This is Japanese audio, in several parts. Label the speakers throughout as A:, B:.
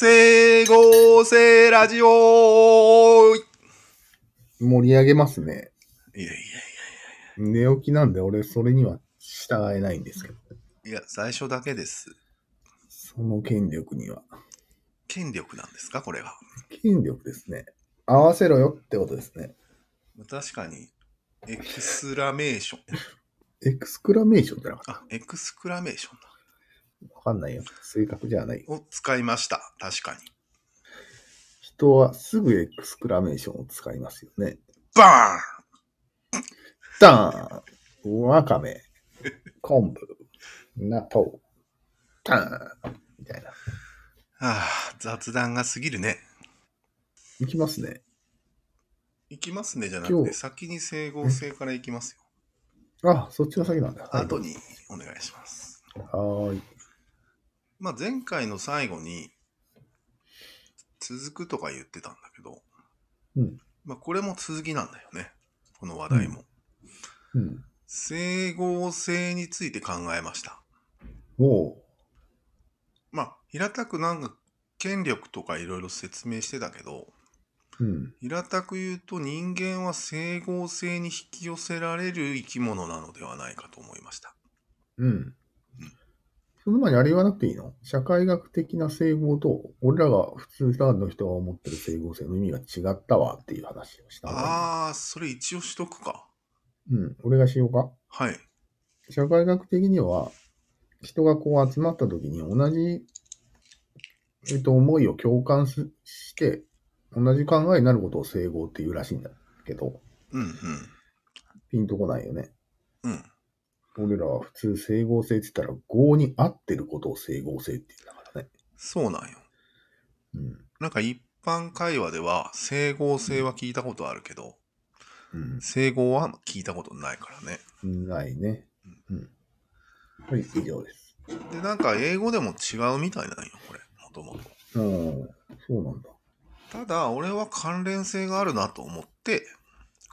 A: 整合性ラジオい
B: 盛り上げますね。
A: やいや
B: 寝起きなんで俺それには従えないんですけど。
A: いや、いや、最初だけです。
B: その権力には。
A: 権力なんですか、これは。
B: 権力ですね。合わせろよってことですね。
A: 確かに、エクスラメーション。
B: エクスクラメーションってなかっ
A: あ、エクスクラメーションだ。
B: たわかんないよ。正確じゃない。
A: を使いました。確かに。
B: 人はすぐエクスクラメーションを使いますよね。
A: バーン
B: ダーンわかめ昆布納豆ダーンみたいな。
A: はあ、雑談が過ぎるね。
B: いきますね。
A: いきますね、じゃなく
B: 今
A: て、
B: 日
A: 先に整合性からいきますよ。
B: あ、そっちが先なんだ。はい
A: 後にお願いします。
B: はーい。
A: まあ、前回の最後に、続くとか言ってたんだけど、
B: うん
A: まあ、これも続きなんだよね。この話題も。
B: うん。
A: 整合性について考えました。
B: おう。
A: まあ、平たくなんか、権力とかいろいろ説明してたけど、
B: うん。
A: 平たく言うと人間は整合性に引き寄せられる生き物なのではないかと思いました。
B: うん。その前にあれ言わなくていいの社会学的な整合と、俺らが普通の人が思ってる整合性の意味が違ったわっていう話をした。
A: ああ、それ一応しとくか。
B: うん。俺がしようか
A: はい。
B: 社会学的には、人がこう集まった時に同じ、えっと、思いを共感すして、同じ考えになることを整合っていうらしいんだけど、
A: うん
B: ピンとこないよね。
A: うん。うん。
B: 俺らは普通整合性って言ったら、合に合ってることを整合性って言うんだからね。
A: そうなんよ。
B: うん。
A: なんか一般会話では整合性は聞いたことあるけど、
B: うん。
A: 整合は聞いたことないからね。
B: ないね。うん。はい、以上です。
A: で、なんか英語でも違うみたいなんよ、これ。もともと。
B: うん、そうなんだ。
A: ただ、俺は関連性があるなと思って、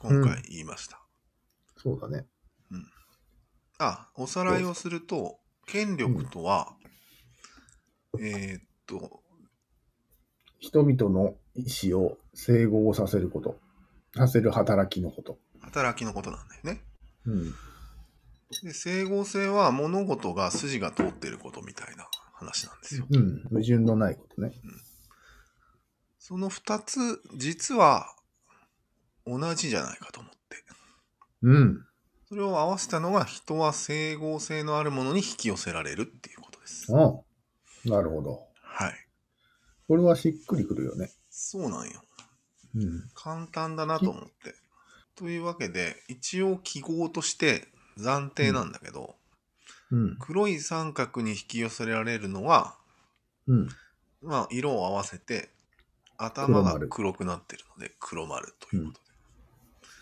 A: 今回言いました。
B: そうだね。
A: あ、おさらいをすると、権力とは、えーっと、
B: 人々の意思を整合させること、させる働きのこと。
A: 働きのことなんだよね。
B: うん。
A: で、整合性は物事が筋が通ってることみたいな話なんですよ。
B: うん。矛盾のないことね。
A: その二つ、実は同じじゃないかと思って。
B: うん。
A: それを合わせたのが人は整合性のあるものに引き寄せられるっていうことです。
B: ああ。なるほど。
A: はい。
B: これはしっくりくるよね。
A: そうなんよ。
B: うん。
A: 簡単だなと思って。というわけで、一応記号として暫定なんだけど、
B: うん。
A: 黒い三角に引き寄せられるのは、
B: うん。
A: まあ、色を合わせて、頭が
B: 黒丸
A: 黒くなってるので、黒丸ということで。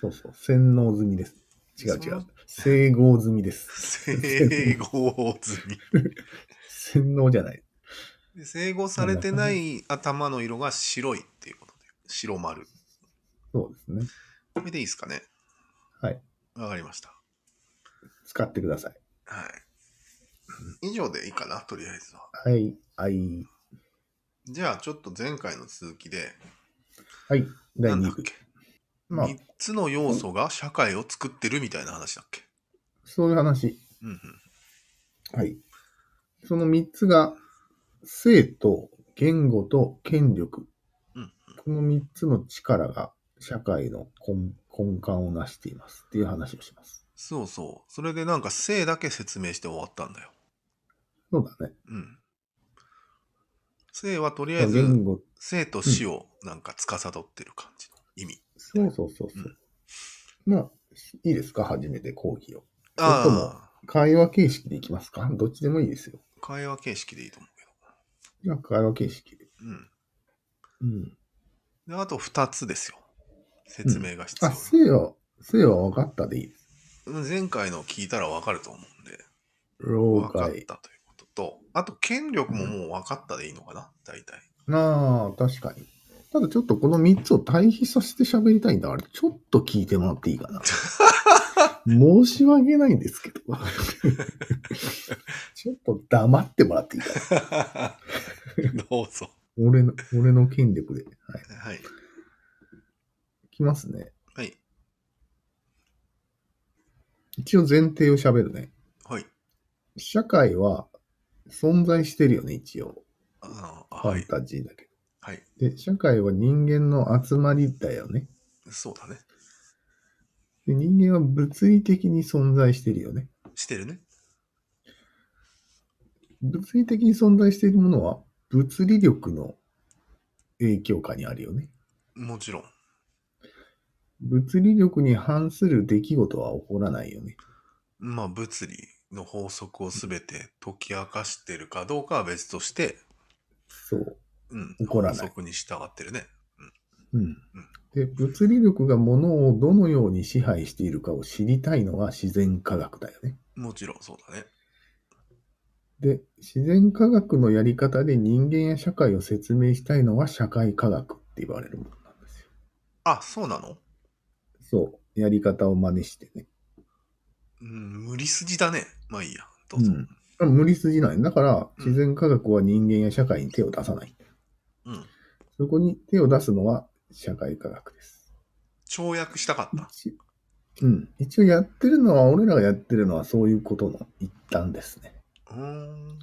B: そうそう。洗脳済みです。違う違
A: そう
B: う。整合済みです。
A: 整合済み。
B: 洗脳じゃない。
A: で整合されてない頭の色が白いっていうことで、白丸。
B: そうですね。
A: これでいいですかね
B: はい。
A: わかりました。
B: 使ってください。
A: はい。以上でいいかな、とりあえずは。
B: はい。はい。
A: じゃあ、ちょっと前回の続きで、
B: はい。第
A: なんだ
B: 2
A: っ
B: 部。
A: け
B: まあ、
A: 3つの要素が社会を作ってるみたいな話だっけ
B: そういう話。
A: うんうん。
B: はい。その3つが、性と言語と権力。
A: うん
B: この3つの力が社会の根根幹をなしていますっていう話をします。
A: そうそう。それでなんか性だけ説明して終わったんだよ。
B: そうだね。
A: うん。性はとりあえず
B: 言語、
A: 生と死をなんか司ってる感じの意味。
B: そうそうそうそう。まあ、いいですか初めて講義を。それとも
A: あ
B: 会話形式でいきますかどっちでもいいですよ。
A: あ、会話形式でいいと思うけ
B: じゃあ会話形式で。
A: ど。うん。
B: うん。
A: で、あと2つですよ。説明が必要
B: あ、。性は、性は分かったでいいです。
A: うん前回の聞いたらわかると思うんで、
B: 了
A: 分かっ
B: 解。
A: たということと、あと権力ももう分かったでいいのかな、大体。
B: ああ、確かに。ただちょっとこの3つを対比させて喋りたいんだから、ちょっと聞いてもらっていいかな。申し訳ないんですけど。 ちょっと黙ってもらっていいかな。
A: どうぞ。
B: 俺の、俺の権力で。はい。
A: はい。
B: きますね。
A: はい。
B: 一応前提を喋るね。
A: はい。
B: 社会は存在してるよね、一応。
A: あー
B: フ
A: は
B: ァン
A: い。
B: タジーだけ
A: はい。
B: ど。で、社会は人間の集まりだよね。
A: そうだね。
B: で人間は物理的に存在してるよね。
A: してるね。
B: 物理的に存在しているものは物理力の影響下にあるよね。
A: もちろん。
B: 物理力に反する出来事は起こらないよね。
A: まあ、物理の法則をすべて解き明かしてるかどうかは別として、
B: そう。
A: うん。
B: 起こらない
A: 法則に従ってるね。
B: うん。で、物理力がものをどのように支配しているかを知りたいのが自然科学だよね。
A: もちろんそうだね。
B: で、自然科学のやり方で人間や社会を説明したいのが社会科学って言われるものなんですよ。
A: あ、そうなの
B: そう。やり方を真似してね。
A: うん、無理筋だね。まあいいや。どうぞ。
B: うんあ無理筋ない。だから、自然科学は人間や社会に手を出さない。
A: うん。
B: そこに手を出すのは社会科学です。
A: 跳躍したかった。
B: 一うん。一応やってるのは、俺らがやってるのはそういうことの一端ですね。
A: うーん。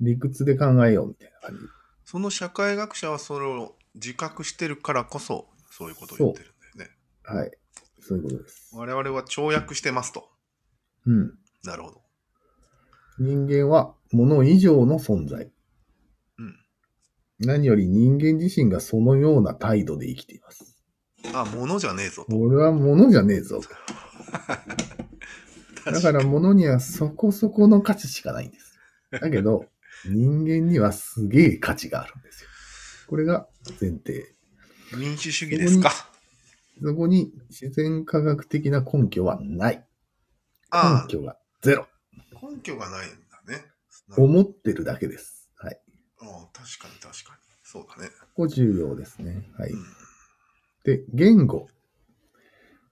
B: 理屈で考えようみたいな感じ。
A: その社会学者はそれを自覚してるからこそ、そういうことを言ってるんだよね。
B: はい。そういうことです。
A: 我々は跳躍してますと。
B: うん。
A: なるほど。
B: 人間は物以上の存在。
A: うん。
B: 何より人間自身がそのような態度で生きています。
A: あ、物じゃねえぞと。
B: 俺は物じゃねえぞ。だ
A: 確
B: か
A: からに
B: 物にはそこそこの価値しかないんです。だけど、人間にはすげえ価値があるんですよ。これが前提。
A: 民主主義ですか。
B: そこに自然科学的な根拠はない。
A: あ
B: 根拠がゼロ。
A: あ、根拠がないんだね。なるほど
B: 思ってるだけです。はい。
A: ああ確かに確かに。そうだね。
B: ここ重要ですね。はい。
A: うん
B: で、言語。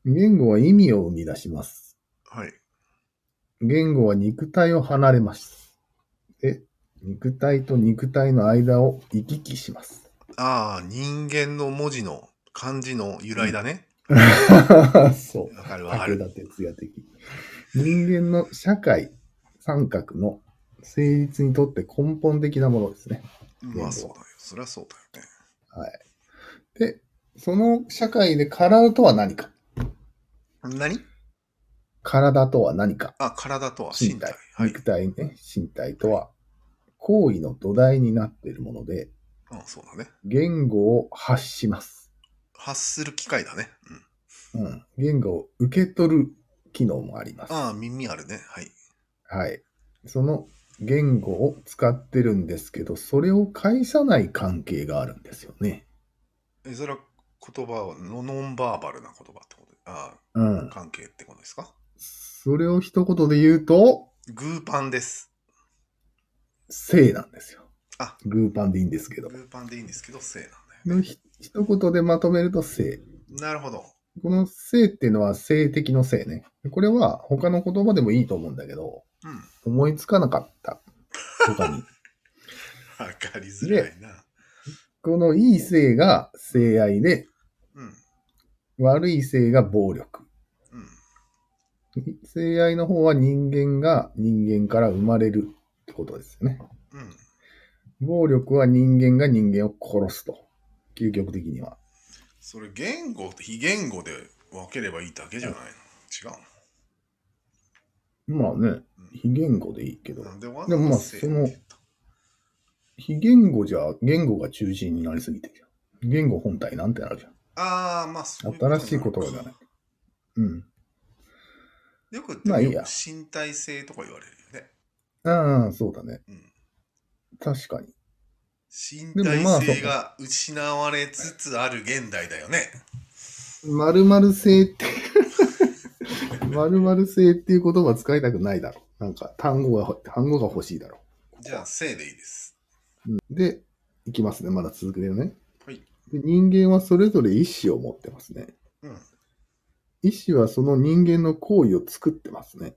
B: 言語は意味を生み出します。
A: はい。
B: 言語は肉体を離れます。で、肉体と肉体の間を行き来します。
A: ああ、人間の文字の漢字の由来だね。
B: そう。
A: わかるわか
B: 武
A: る。
B: 田哲也的。人間の社会、三角の成立にとって根本的なものですね。
A: まあそうだよ。そりゃそうだよね。
B: で、その社会で体とは何か
A: 何
B: 体とは何か
A: あ、体とは身体。はい
B: 肉。体ね、身体とは、行為の土台になっているもので、
A: あそうだね。
B: 言語を発します。
A: 発する機会だね。うん、
B: うん。言語を受け取る機能もあります。
A: ああ、耳あるね。はい。
B: はい。その言語を使ってるんですけど、それを介さない関係があるんですよね。
A: え、それは言葉はノノンバーバルな言葉ってことで、あ
B: う
A: あ、
B: ん。
A: 関係ってことですか
B: それを一言で言うと、
A: グーパンです。
B: 性なんですよ。
A: あ
B: グーパンでいいんですけ
A: グ
B: ど。
A: ーパンでいいんですけど、性なんだよ
B: の
A: ね。
B: ひ一言でまとめると性。
A: なるほど。
B: この性っていうのは性的の性ね。これは他の言葉でもいいと思うんだけど、
A: うん。
B: 思いつかなかった。とかに。
A: わかりづらいな。
B: このいい性が性愛で、
A: うん。
B: 悪い性が暴力。
A: うん。
B: 性愛の方は人間が人間から生まれるってことですよね。
A: うん。
B: 暴力は人間が人間を殺すと。究極的には。
A: それ言語と非言語で分ければいいだけじゃないの、違う
B: まあね、非言語でいいけど
A: の。なんでわ
B: で
A: ざ
B: もま
A: わ
B: あ
A: ざ性っ
B: そ
A: て
B: の
A: 言った
B: 非言語じゃ、言語が中心になりすぎてるじゃん。言語本体なんてなるじゃ。
A: ああ、まあそういうん
B: 新しい言葉じゃない。うん。
A: よく
B: まあいい
A: 言
B: や
A: って身体性とか言われるよね。
B: ああ、そうだね。
A: うん
B: 確かに。
A: 身
B: でも
A: 体
B: まあ
A: 性が失われつつある現代だよ ね。
B: まるまる性って、まるまる性っていう言葉使いたくないだろう。なんか単語が、単語が欲しいだろう。
A: じゃあ、性でいいです。
B: うんで、いきますね。まだ続けてるね。
A: はい。
B: で人間はそれぞれ意思を持ってますね。
A: うん。
B: 意思はその人間の行為を作ってますね。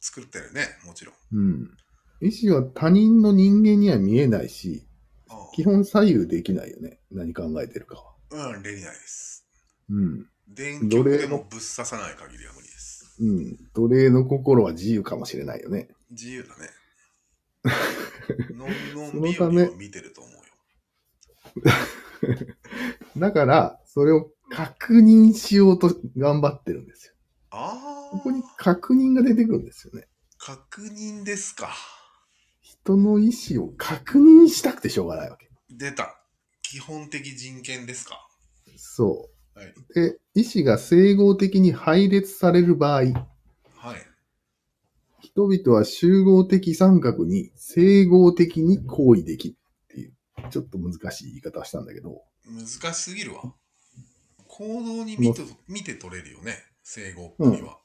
A: 作ってるね、もちろん。
B: うん。意思は他人の人間には見えないし、
A: あ
B: 基本左右できないよね。何考えてるかは。
A: あうん、できないです。
B: うん。
A: 電極
B: 奴
A: で
B: 隷の
A: もぶっ刺さない限りは無理です。
B: うん。奴隷の心は自由かもしれないよね。
A: 自由だ ね。のんのんびよりを見てると思うよ。
B: だから、それを確認しようと頑張ってるんですよ。
A: あ
B: ここに
A: あ、
B: 確認が出てくるんですよね。
A: 確認ですか。
B: 人の意思を確認したくてしょうがないわけ。
A: 出た。基本的人権ですか。
B: そ
A: はい。
B: う。で、意思が整合的に配列される場合、
A: はい。
B: 人々は集合的三角に整合的に行為できるっていう、ちょっと難しい言い方をしたんだけど、
A: 難しすぎるわ。行動に見て見て取れるよね。整合には。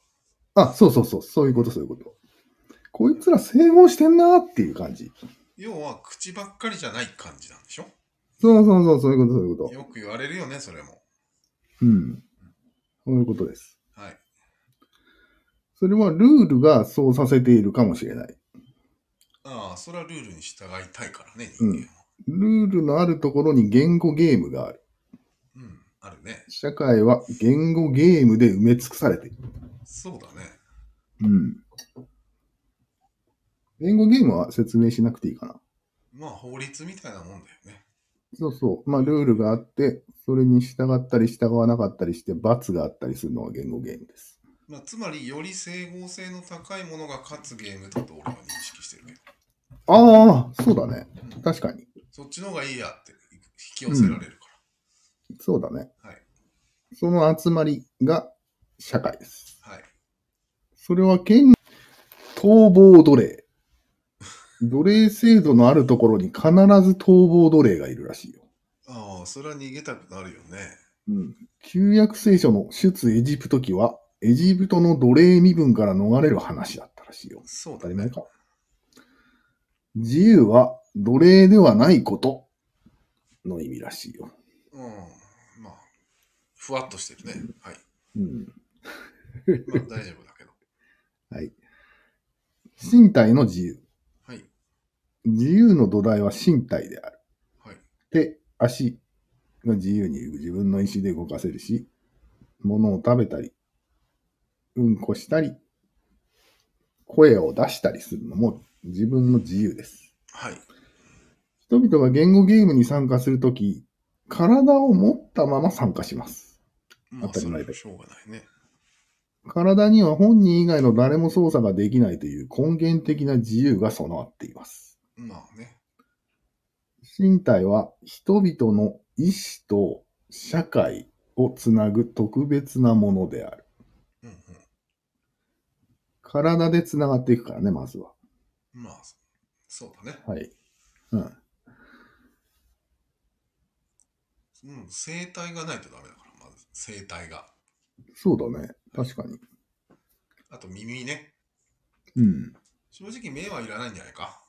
B: あ、そうそうそう、そういうことそういうこと。こいつら整合してんなーっていう感じ。
A: 要は、口ばっかりじゃない感じなんでしょ
B: そうそうそう、そういうことそういうこ
A: よく言われるよね、それも。
B: と。うん。そういうことです。
A: はい。
B: それはルールがそうさせているかもしれない。
A: ああ、それはルールに従いたいからね、人
B: うん
A: 間は。
B: ルールのあるところに言語ゲームがある。
A: うん、あるね。
B: 社会は言語ゲームで埋め尽くされている。
A: そうだね。
B: うん。言語ゲームは説明しなくていいかな。
A: まあ、法律みたいなもんだよね。
B: そうそう。まあ、ルールがあって、それに従ったり従わなかったりして、罰があったりするのが言語ゲームです。
A: まあ、つまり、より整合性の高いものが勝つゲームだと俺は認識してるけど。
B: ああ、そうだね。
A: うん
B: 確かに。
A: そっちの方がいいやって引き寄せられるか
B: そうだね。
A: はい
B: その集まりが社会です。
A: ら。はい。
B: それは言逃亡奴隷。奴隷制度のあるところに必ず逃亡奴隷がいるらしいよ。
A: ああ、それは逃げたくなるよね。
B: うん。旧約聖書の出エジプト記は、エジプトの奴隷身分から逃れる話だったらしいよ。
A: そうだ
B: 当た
A: ね。
B: り前か。自由は奴隷ではないことの意味らしいよ。
A: うん。まあ、ふわっとしてるね。はい。
B: うん。
A: まあ、大丈夫だけど。
B: はい。身体の自由。
A: はい。
B: 自由の土台は身体である。
A: はい。
B: 手、足が自由に自分の意思で動かせるし、物を食べたり、うんこしたり、声を出したりするのも自分の自由です。
A: はい。
B: 人々が言語ゲームに参加するとき、体を持ったまま参加します。
A: まあ、
B: 当たり
A: そ
B: 前
A: れ
B: だけ
A: は
B: ど
A: しょうがないね。
B: 体には本人以外の誰も操作ができないという根源的な自由が備わっています。
A: まあね。
B: 身体は人々の意志と社会をつなぐ特別なものである。
A: うんうん。
B: 体でつながっていくからね、まずは。
A: まあ、そそうだね。
B: はい。うん。
A: うん、生体がないとダメだから、まず生体が。
B: そうだね。確かに。
A: あと耳ね。
B: うん。
A: 正直目はいらないんじゃないか。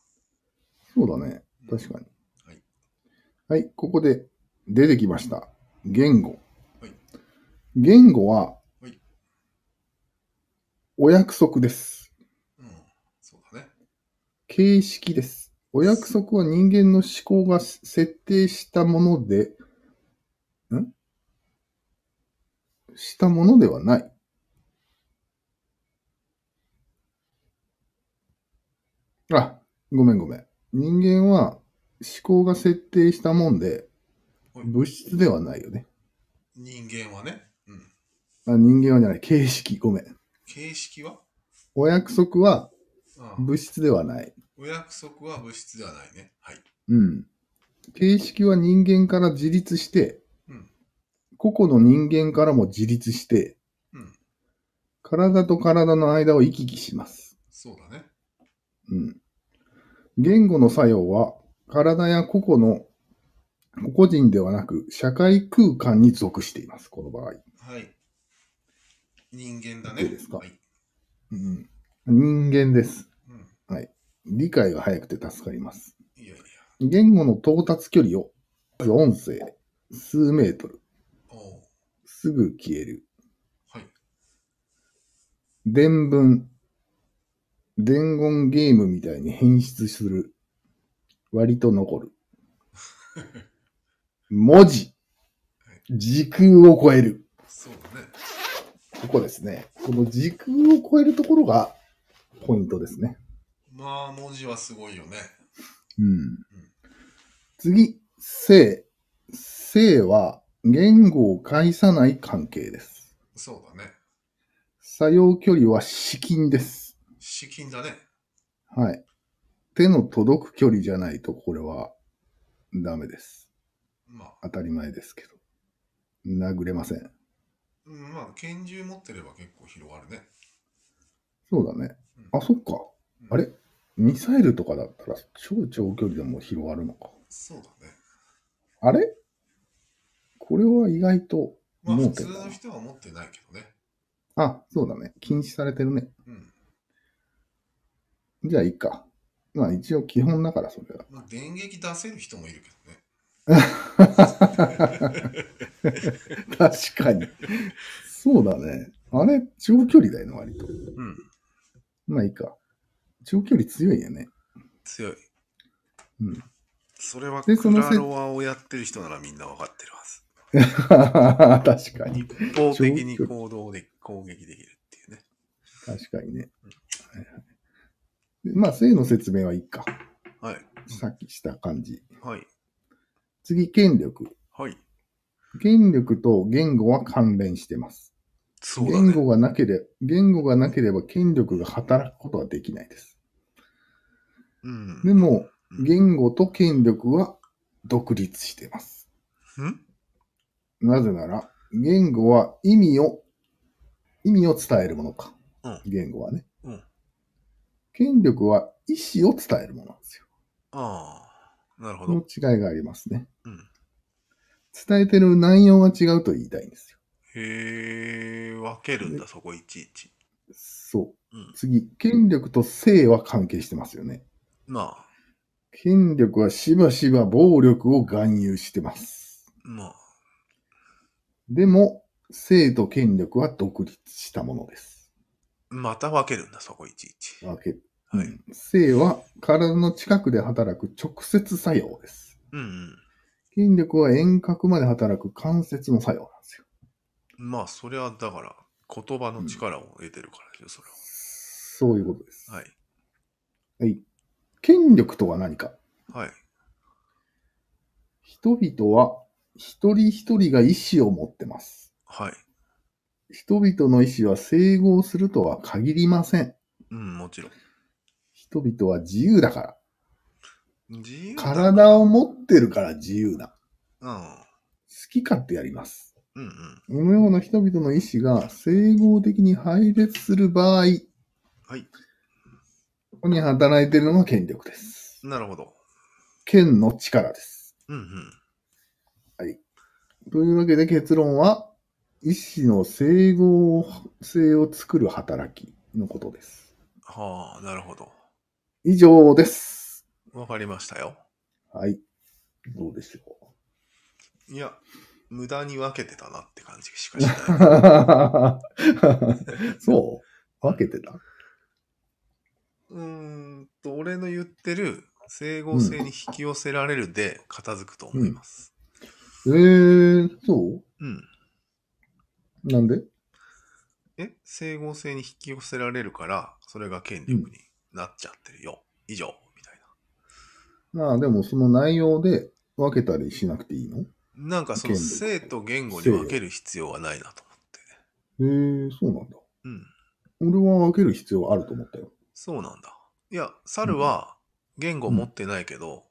B: そうだね。確かに。
A: はい。
B: はい、ここで出てきました。言語。
A: はい
B: 言語は、
A: はい
B: お約束です。
A: うん、そうだね。
B: 形式です。お約束は人間の思考が設定したもので、んしたものではない。あ、ごめんごめん。人間は思考が設定したもんで、
A: はい
B: 物質ではないよね。
A: 人間はね。うん。
B: あ人間はじゃない。形式。ごめん。
A: 形式は
B: お約束は
A: ああ
B: 物質ではない。
A: お約束は物質ではないね。はい。
B: うん。形式は人間から自立して、
A: うん
B: 個々の人間からも自立して、
A: うん
B: 体と体の間を行き来します。
A: そうだね。
B: うん。言語の作用は、体や個々の個々人ではなく、社会空間に属しています。この場合。
A: はい。人間だ
B: い
A: ね。
B: いですか
A: はい。
B: うん。人間です。
A: うん。
B: 理解が早くて助かります。
A: いやいや。
B: 言語の到達距離を、まず音声、数メートル、
A: おう
B: すぐ消える。
A: はい。
B: 伝文、伝言ゲームみたいに変質する。割と残る。文字。時空を超える。
A: そうだね。
B: ここですね。この時空を超えるところがポイントですね。
A: まあ、文字はすごいよね。
B: うん。次、性。性は言語を介さない関係です。
A: そうだね。
B: 作用距離は至近です。
A: 資金だね。
B: はい。手の届く距離じゃないとこれはダメです。
A: まあ、
B: 当たり前ですけど。殴れません。
A: うん、まあ、拳銃持ってれば結構広がるね。
B: そうだね
A: うん。
B: あ、そっか。
A: うん
B: あれミサイルとかだったら超長距離でも広がるのか。
A: そうだね。
B: あれこれは意外と、
A: まあ、
B: 持
A: 普
B: って
A: 通
B: た
A: の人は持ってないけどね。
B: あ、そうだね。禁止されてるね。
A: うん。
B: じゃあいいか。まあ一応基本だからそれは。
A: まあ、電撃出せる人もいるけどね。
B: 確かに。そうだね。あれ、長距離だよね、割と。
A: うん。
B: まあいいか。長距離強いよね。
A: 強い。
B: うん。
A: それは
B: で
A: ク
B: そのせ
A: ラロワをやってる人ならみんなわかってるはず。
B: 確かに。
A: 一方的に行動で攻撃できるっていうね。
B: 確かにね。はいはいでまあ、性の説明はいいか。
A: はい。
B: さっきした感じ。
A: はい。
B: 次、権力。
A: はい。
B: 権力と言語は関連してます。
A: そうだ
B: 言
A: ね。
B: 語がなければ、言語がなければ権力が働くことはできないです。
A: うん。
B: でも、
A: うん
B: 言語と権力は独立してます。
A: ん
B: なぜなら、言語は意味を、意味を伝えるものか。
A: うん
B: 言語はね。
A: うん。
B: 権力は意思を伝えるものなんですよ。
A: ああ。なるほ
B: この
A: ど。
B: 違いがありますね。
A: うん。
B: 伝えてる内容が違うと言いたいんですよ。
A: へえ、分けるんだ、そこいちいち。
B: そうう。
A: ん。
B: 次、権力と性は関係してますよね。
A: まあ、
B: 権力はしばしば暴力を含有してます。
A: まあ、
B: でも、性と権力は独立したものです。
A: また分けるんだ、そこいちいち。
B: わけ
A: はい。
B: うん性は体の近くで働く直接作用です。
A: うんうん。
B: 権力は遠隔まで働く間接の作用なんですよ。
A: まあ、それはだから、言葉の力を得てるからですよ、それ
B: そういうことです。
A: は。はい。
B: はい。権力とは何か
A: はい。
B: 人々は一人一人が意志を持ってます。
A: はい。
B: 人々の意志は整合するとは限りません。
A: うん、もちろん。
B: 人々は自由だから。
A: 自由だ
B: 体を持ってるから自由だ。
A: うん。
B: 好き勝手やります。
A: うんうん。
B: このような人々の意思が整合的に配列する場合、
A: はい。
B: ここに働いているのが権力です。
A: なるほど。
B: 権の力です。
A: うんうん。
B: というわけで結論は、意思の整合性を作る働きのことです。
A: はあ、なるほど。
B: 以上です。
A: わかりましたよ。
B: はい。どうで しょ
A: いや、無駄に分けてたなって感じしかし
B: う
A: ない。
B: そう分けてた
A: うーんと、俺の言ってる整合性に引き寄せられるで片付くと思います。
B: えー、そ
A: うん。
B: うなんで
A: え整合性に引き寄せられるから、それが権力になっちゃってるよ。以上、みたい
B: まあでもその内容で分けたりしなくていいのへ
A: な。なんかその
B: 権力
A: 性と言語に分ける必要はないなと思って。
B: えー、そうなんだ。
A: うん。
B: 俺は分ける必要あると思ったよ。
A: そうなんだ。いや、猿は言語持ってないけど、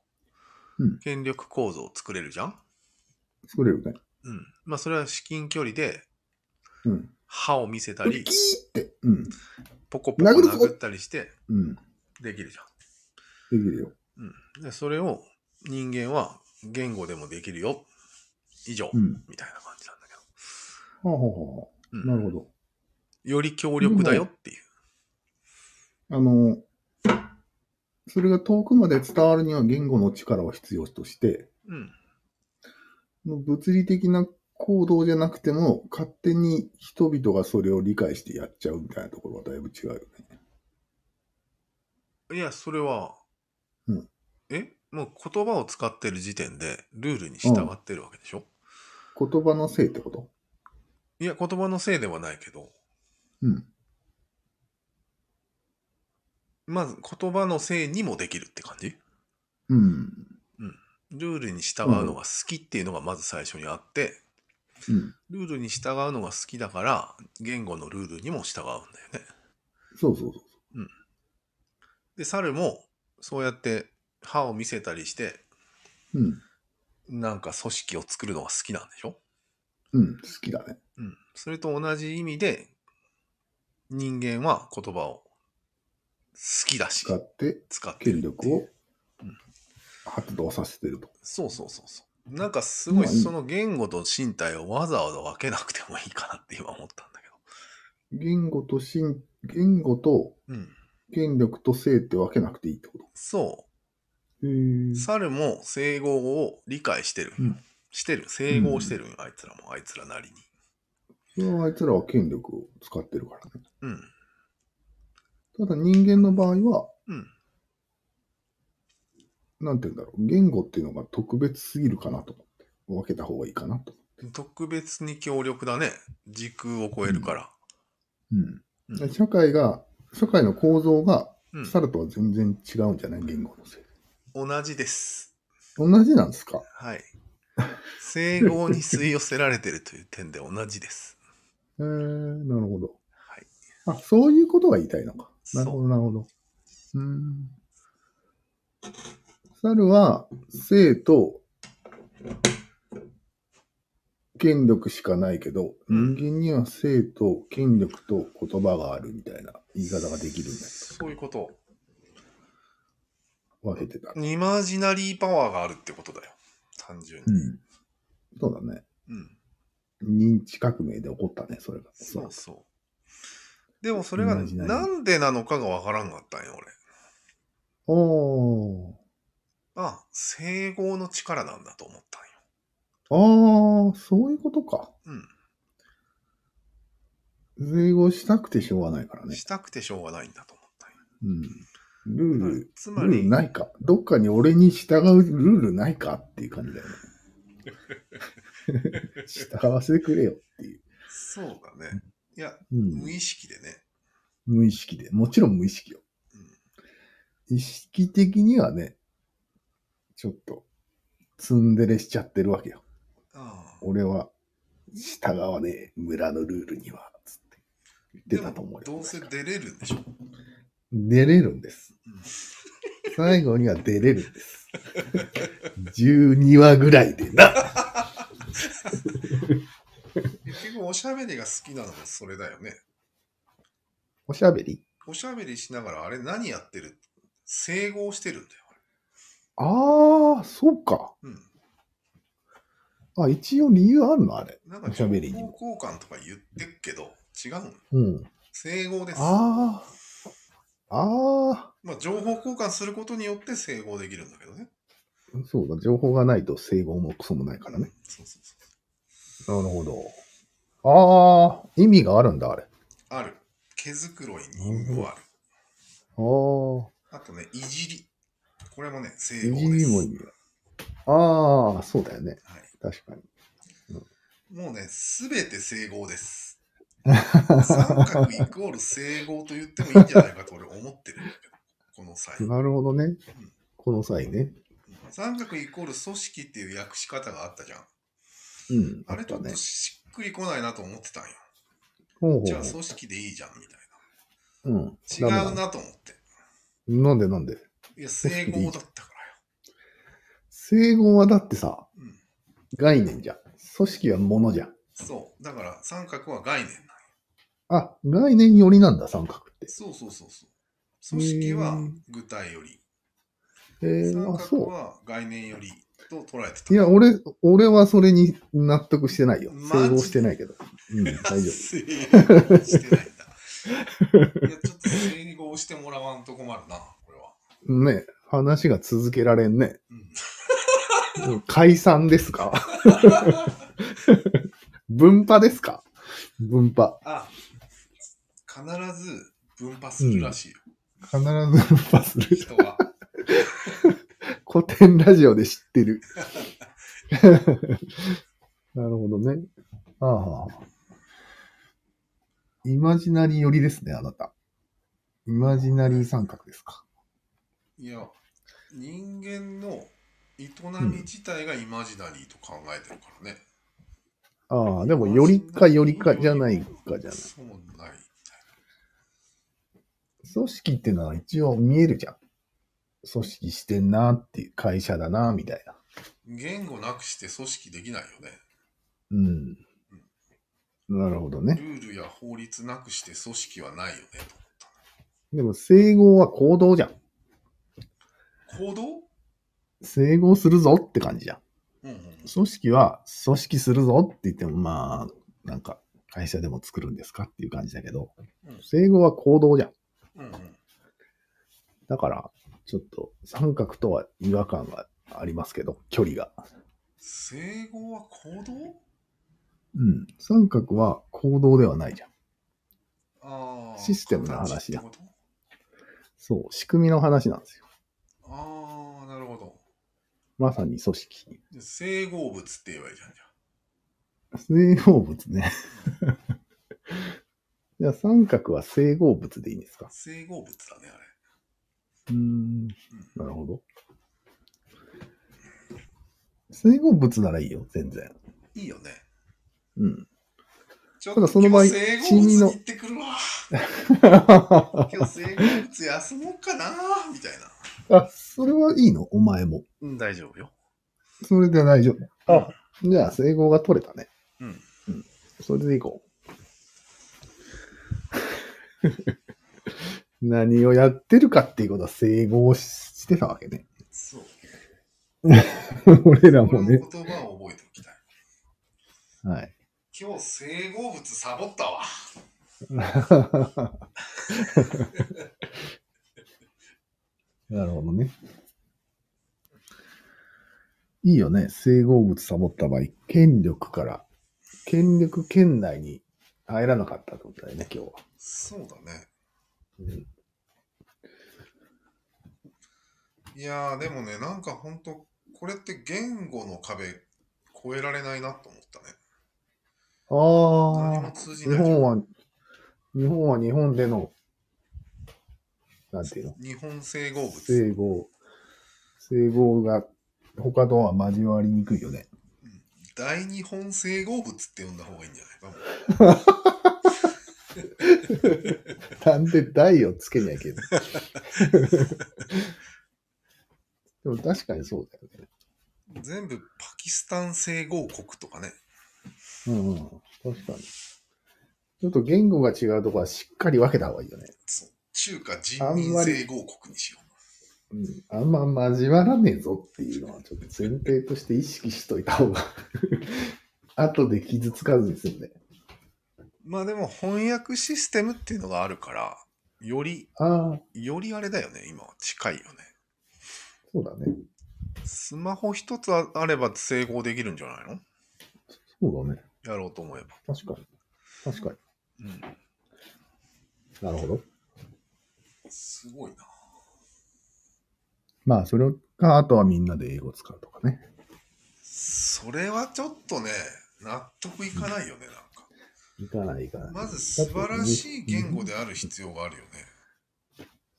B: うん
A: 権力構造を作れるじゃん
B: 作れるね。
A: うん。まあ、それは至近距離で
B: うん。
A: 歯を見せた
B: キー
A: り
B: っ、て。うん。
A: ポコポコ
B: 殴るぞ
A: 殴ったりして
B: うん。で
A: できるじゃ
B: きるよ。
A: ん。うん。で、それを人間は言語でもできるよ。以上、
B: うん。
A: みたいな感じなんだけど。
B: はあ、はあは
A: う
B: あ、
A: ん
B: なるほど。
A: より強力だよっていう。
B: あの、それが遠くまで伝わるには言語の力を必要として、
A: うん。
B: 物理的な行動じゃなくても、勝手に人々がそれを理解してやっちゃうみたいなところはだいぶ違うよね。
A: いや、それは、
B: うん
A: えもう言葉を使ってる時点でルールに従ってるわけでしょ、
B: 言葉のせいってこと
A: いや、言葉のせいではないけど、
B: うん。
A: まず言葉のせいにもできるって感じ
B: うん。
A: ルールに従うのが好きっていうのがまず最初にあって、
B: うん。
A: ルールに従うのが好きだから、言語のルールにも従うんだよね。
B: そうそうそう。
A: で、猿もそうやって歯を見せたりして、
B: そううん。
A: なんか組織を作るのが好きなんでしょ
B: うん。好きだね。
A: うん。それと同じ意味で、人間は言葉を好きだし、
B: 使って
A: 使ってる
B: 権
A: っていう
B: 力を
A: うん
B: 発動させてると。
A: そうそうそうそう。なんかすごい
B: まあいい
A: その言語と身体をわざわざ分けなくてもいいかなって今思ったんだけ
B: 言語と信、言語と
A: ど。うん。
B: 権力と性って分けなくていいってこ
A: そ
B: と。へ
A: う。猿も整合を理解してる。
B: うん
A: してる。整合してるよ、あいつらも。あいつらなりに。
B: それはあいつらは権力を使ってるからね。
A: うん。
B: ただ人間の場合は、
A: うん。
B: なんて言うんだろう。言語っていうのが特別すぎるかなと思って。分けた方がいいかなと。
A: 特別に強力だね。時空を超えるから。
B: うん。
A: うん
B: で社会が、社会の構造が、
A: うん
B: 猿とは全然違うんじゃない言語のせいで。
A: 同じです。
B: 同じなんですか
A: はい。整合に吸い寄せられてるという点で同じです。
B: えー、なるほど。
A: はい。
B: あ、そういうことが言いたいのか。
A: そう
B: なるほど、なるほど。うーん。猿は、性と、権力しかないけど、
A: うん
B: 人間には性と権力と言葉があるみたいな言い方ができるんだ
A: そういうこと。
B: 分けてた。
A: イマジナリーパワーがあるってことだよ。単純に。
B: うん。そうだね。
A: うん。
B: 認知革命で起こったね、それが。
A: そうそう。でもそれが
B: イマジナリー
A: なんでなのかがわからんかったんよ、俺。
B: う。おー。
A: あ、整合の力なんだと思ったん
B: ああ、そういうことか。
A: よ。
B: 英語したくてしょうがないから
A: うん。
B: ね。
A: したくてしょうがないんだと思ったんよ。
B: うん。ルール、
A: うんつま
B: ルール
A: り、
B: ないか。どっかに俺に従うルールないかっていう感じだよね。 従わせてくれよっていう。
A: そうだね。いや、
B: うん
A: 無、意識でね。
B: 無意識で。もちろん無意識よ。意識的にはね、ちょっと、ツンデレしちゃってるわけよ。
A: ああ
B: 俺は、従わねえ、村のルールには、つって言ってたと思うよ。
A: でもどうせ出れるんでしょ。
B: 出れるんです。最後には出れるんです。12話ぐらいでな。
A: 結局、おしゃべりが好きなのもそれだよね。
B: おしゃべり
A: おしゃべりしながら、あれ何やってる整合してるんだよ。
B: ああ、そうか。
A: あれうん。
B: あ、一応理由あるのあれ。
A: なんか、
B: おしゃべりにも
A: 交換とか言ってっけど、違うんよ。
B: うん。
A: 整合です。
B: ああ。ああ。
A: まあ、情報交換することによって整合できるんだけどね。
B: そうだ、情報がないと整合もクソもないからね。
A: そうそうそう。
B: なるほど。ああ、意味があるんだ、あれ。あ
A: ある。毛づくろいに意味もある。
B: あ。
A: あとね、いじり。これもね、整
B: い
A: 合
B: じ
A: で
B: り
A: す。
B: も意味がああ、そうだよね。
A: はい、
B: 確かに。
A: もうね、すべて整合 です。三角イコール整合と言ってもいいんじゃないかと俺思ってるんだけど、この際。
B: なるほどね。この際ね。
A: 三角イコール組織っていう訳し方があったじゃん。
B: うん。
A: あれちょっ
B: ね
A: と。しっくりこないなと思ってたんよ。
B: ほう
A: じゃ
B: ほ
A: あ
B: うほ
A: 組織でいいじゃんみた
B: う。うん。
A: いな。
B: ダ
A: 違
B: メ
A: う
B: だ。
A: なと思って。
B: なんでなんで
A: いや、整合だったからよ。
B: 整合はだってさ、
A: うん
B: 概念じゃん。組織はものじゃん。
A: そう。だから三角は概念なんよ。
B: あ、概念寄りなんだ、三角って。
A: そうそうそうそう。組織は具体より、
B: えー、
A: 三
B: あ、
A: 角
B: そ
A: は概念よりと捉えてた。
B: う。いや、俺、俺はそれに納得してないよ。
A: マジ
B: 整合してないけど。 うん、大丈
A: 整合してないん だ。いや、ちょっと整合してもらわんと困るな、これは。
B: 夫。ね話が続けられんね。
A: うん、
B: うん 解散です か分派ですか分派。
A: あ、必ず 分派するらしいよ、
B: 必ず分派する。
A: 人は。
B: 古典ラジオで知ってる。なるほどね。ああ。イマジナリー寄りですね、あなた。イマジナリー三角ですか。
A: いや、人間の営み自体がイマジナリーと考えてるからね。
B: ああ、でも、よりかよりかじゃないかじゃない。
A: そうない。
B: 組織ってのは一応見えるじゃん。組織してんなっていう会社だな、みたいな。
A: 言語なくして組織できないよね。
B: うん。なるほど
A: ル
B: ね。
A: ールや法律なくして組織はないよね。
B: でも、整合は行動じゃん。
A: 行動
B: 整合するぞって感じじゃん。
A: うんうん。
B: 組織は組織するぞって言っても、まあ、なんか会社でも作るんですかっていう感じだけど
A: うん、
B: 整合は行動じゃん。
A: うんうん。
B: だから、ちょっと三角とは違和感がありますけど、距離が。
A: 整合は行動
B: うん。三角は行動ではないじゃん。
A: ああ。
B: システムの話だ
A: 形ってこと
B: そう、仕組みの話なんですよ。
A: ああ、なるほど。
B: まさに組織。
A: で整合物って言えばいいじゃんじゃあ
B: 整合物ね。 じゃあ三角は整合物でいいんですか
A: 整合物だね、あれ。
B: うーん。
A: うん
B: なるほど。整合物ならいいよ、全然。
A: いいよね。
B: うん。
A: ちょ
B: ただその場合
A: 今日整合
B: 新
A: 物
B: の
A: に行ってくるわ。今日整合物休もうかなみたいな。
B: あ、それはいいのお前も。
A: うん、大丈夫よ。
B: それで大丈夫。あ、じゃあ整合が取れたね。
A: うん。
B: それでいこう。 何をやってるかっていうことは整合してたわけね。
A: そう。
B: 俺ら
A: こ
B: も
A: の言
B: ね。
A: 葉を覚えておきたい。
B: はい。
A: 今日整合物サボったわ。
B: なるほどね。いいよね。整合物サボった場合、権力から、権力圏内に入らなかったってことだよね、今日は。
A: そうだね。
B: うん
A: いやー、でもね、なんかほんと、これって言語の壁越えられないなと思ったね。何
B: あ
A: も
B: あ、
A: 通じ
B: 日
A: ないじゃん。
B: 本は、日本は日本での、なんていうの
A: 日本整合物。
B: 整合、整合が他とは交わりにくいよね。
A: 大日本整合物って呼んだ方がいいんじゃないかも。
B: なんで台をつけにゃいけ ない。でも確かにそうだよね。
A: 全部パキスタン整合国とかね。
B: うんうん、確かに。ちょっと言語が違うところはしっかり分けた方がいいよね。
A: そう中華人民整合国にしよ
B: うん。あんま交わらねえぞっていうのは、ちょっと前提として意識しといた方が、 後で傷つかずに済むね。
A: う。まあでも翻訳システムっていうのがあるから、より、
B: ああ、
A: よりあれだよね、今は近いよね。
B: そうだね。
A: スマホ一つああれば整合できるんじゃないの
B: そうだね。
A: やろうと思えば。
B: 確かに。確か
A: うん。
B: に。なるほど。
A: すごいな。
B: まあ、それか、あとはみんなで英語使うとかね。
A: それはちょっとね、納得いかないよね、なんか。
B: いかない、いかない。
A: まず素晴らしい言語である必要があるよね。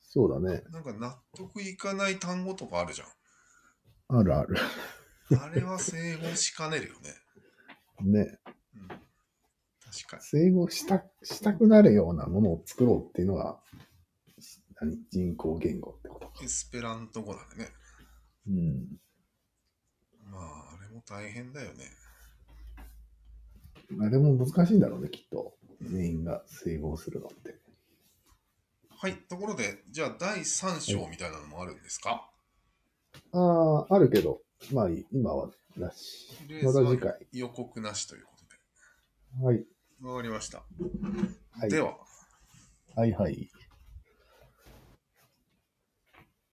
B: そうだね。
A: なんか納得いかない単語とかあるじゃん。
B: あるある。
A: あれは整合しかねるよね。
B: ね。
A: うん、確かに。
B: 整合した、したくなるようなものを作ろうっていうのが、何人工言語ってことか。
A: エスペラント語なんでね。
B: うん。
A: まあ、あれも大変だよね。
B: あれも難しいんだろうね、きっと。全員が整合するのって。
A: はい、ところで、じゃあ第3章みたいなのもあるんですか
B: ああ、あるけど、まあいい、今はなし。また次回。
A: 予告なしということ
B: はい。
A: で。わかりました。
B: はい。
A: では。
B: はいはい。